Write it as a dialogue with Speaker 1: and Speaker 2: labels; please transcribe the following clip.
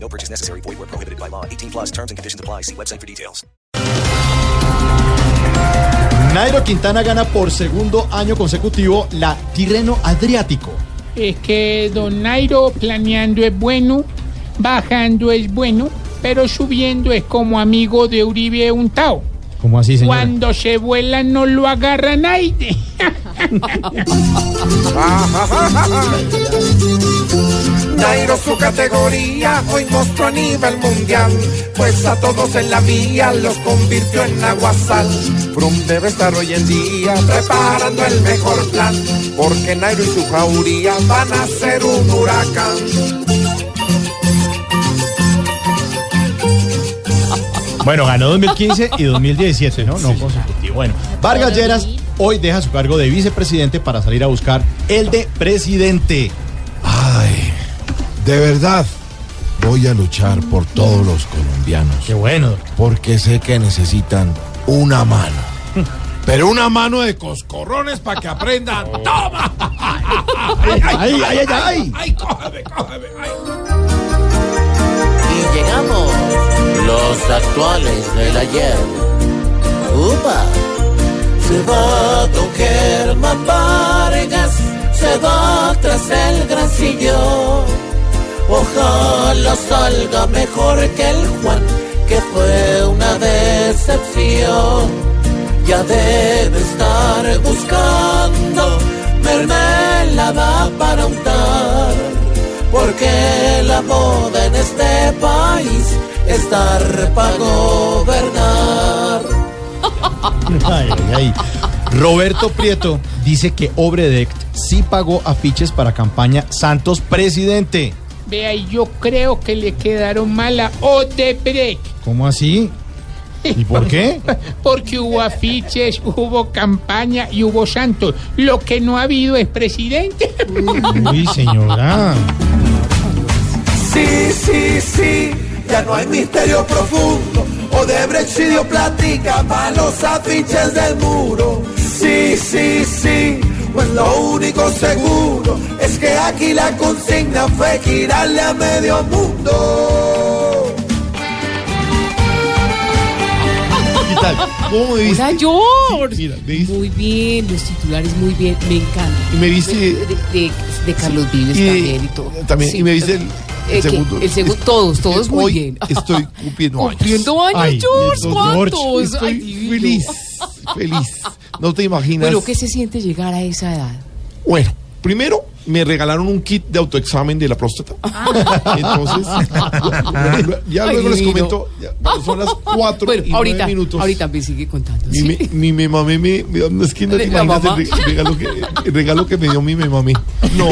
Speaker 1: No purchase necessary. Void where prohibited by law. 18 plus terms and conditions apply. See website for details.
Speaker 2: Nairo Quintana gana por segundo año consecutivo la Tirreno Adriático.
Speaker 3: Es que Don Nairo planeando es bueno, bajando es bueno, pero subiendo es como amigo de Uribe Untao.
Speaker 2: ¿Cómo así, señor?
Speaker 3: Cuando se vuela no lo agarra nadie.
Speaker 4: Nairo su categoría hoy mostró a nivel mundial, pues a todos en la vía los convirtió en aguasal. Frum debe estar hoy en día preparando el mejor plan, porque Nairo y su jauría van a ser un huracán.
Speaker 2: Bueno, ganó 2015 y 2017, ¿no? No consecutivo. Bueno, Vargas Lleras hoy deja su cargo de vicepresidente para salir a buscar el de presidente.
Speaker 5: Ay, de verdad, voy a luchar por todos los colombianos,
Speaker 2: bueno.
Speaker 5: porque sé que necesitan una mano. Pero una mano de coscorrones para que aprendan. ¡Toma!
Speaker 2: Ay,
Speaker 5: ¡Ay,
Speaker 2: ay, ay, ay.
Speaker 5: ay, cógeme, cógeme! ay.
Speaker 6: Y llegamos los actuales del ayer. ¡Upa! Se va Don Germán Vargas, se va tras el gran sillón. Ojalá salga mejor que el Juan, que fue una decepción. Ya debe estar buscando mermelada para untar, porque la moda en este país es dar para gobernar.
Speaker 2: Ay, ay, ay. Roberto Prieto dice que Obredect sí pagó afiches para campaña Santos presidente.
Speaker 3: Vea, y yo creo que le quedaron mal a Odebrecht.
Speaker 2: ¿Cómo así? ¿Y por qué?
Speaker 3: Porque hubo afiches, hubo campaña y hubo santos. Lo que no ha habido es presidente.
Speaker 2: Uy, señora.
Speaker 4: Sí, sí, sí, ya no hay misterio profundo. O de Brexidio platica para los afiches del muro. Sí, sí, sí, pues lo único seguro es que aquí la consigna fue girarle a medio mundo.
Speaker 2: ¿Qué tal? ¿Cómo me viste?
Speaker 7: Hola, George.
Speaker 2: Mira, me viste,
Speaker 7: Muy bien, los titulares muy bien, me encanta.
Speaker 2: me
Speaker 7: De,
Speaker 2: viste
Speaker 7: de- de Carlos Vives
Speaker 2: y de-
Speaker 7: también y todo.
Speaker 5: También, y me viste el,
Speaker 7: Eh, que-
Speaker 5: segundo.
Speaker 7: el segundo, todos, todos muy
Speaker 5: Hoy
Speaker 7: bien. Ah,
Speaker 5: Estoy cumpliendo años.
Speaker 7: Cumpliendo años,
Speaker 2: Ay,
Speaker 7: George,
Speaker 2: Dios, George,
Speaker 7: ¿cuántos?
Speaker 5: Estoy
Speaker 7: Ay, divino.
Speaker 5: feliz, feliz. No te imaginas.
Speaker 7: Bueno, ¿qué se siente llegar a esa edad?
Speaker 5: Bueno, primero me regalaron un kit de autoexamen de la próstata. Entonces, ya
Speaker 7: Ay,
Speaker 5: luego les
Speaker 7: divino.
Speaker 5: comento, ya, cuando son las 4
Speaker 7: Bueno,
Speaker 5: y nueve
Speaker 7: ahorita,
Speaker 5: minutos.
Speaker 7: ahorita me sigue contando.
Speaker 5: Ni,
Speaker 7: ¿sí?
Speaker 5: me, ni me mamé, me, me- no, es que no te
Speaker 7: De la
Speaker 5: imaginas el,
Speaker 7: mamá.
Speaker 5: re- el regalo que, el regalo que me dio mi me mamé. No.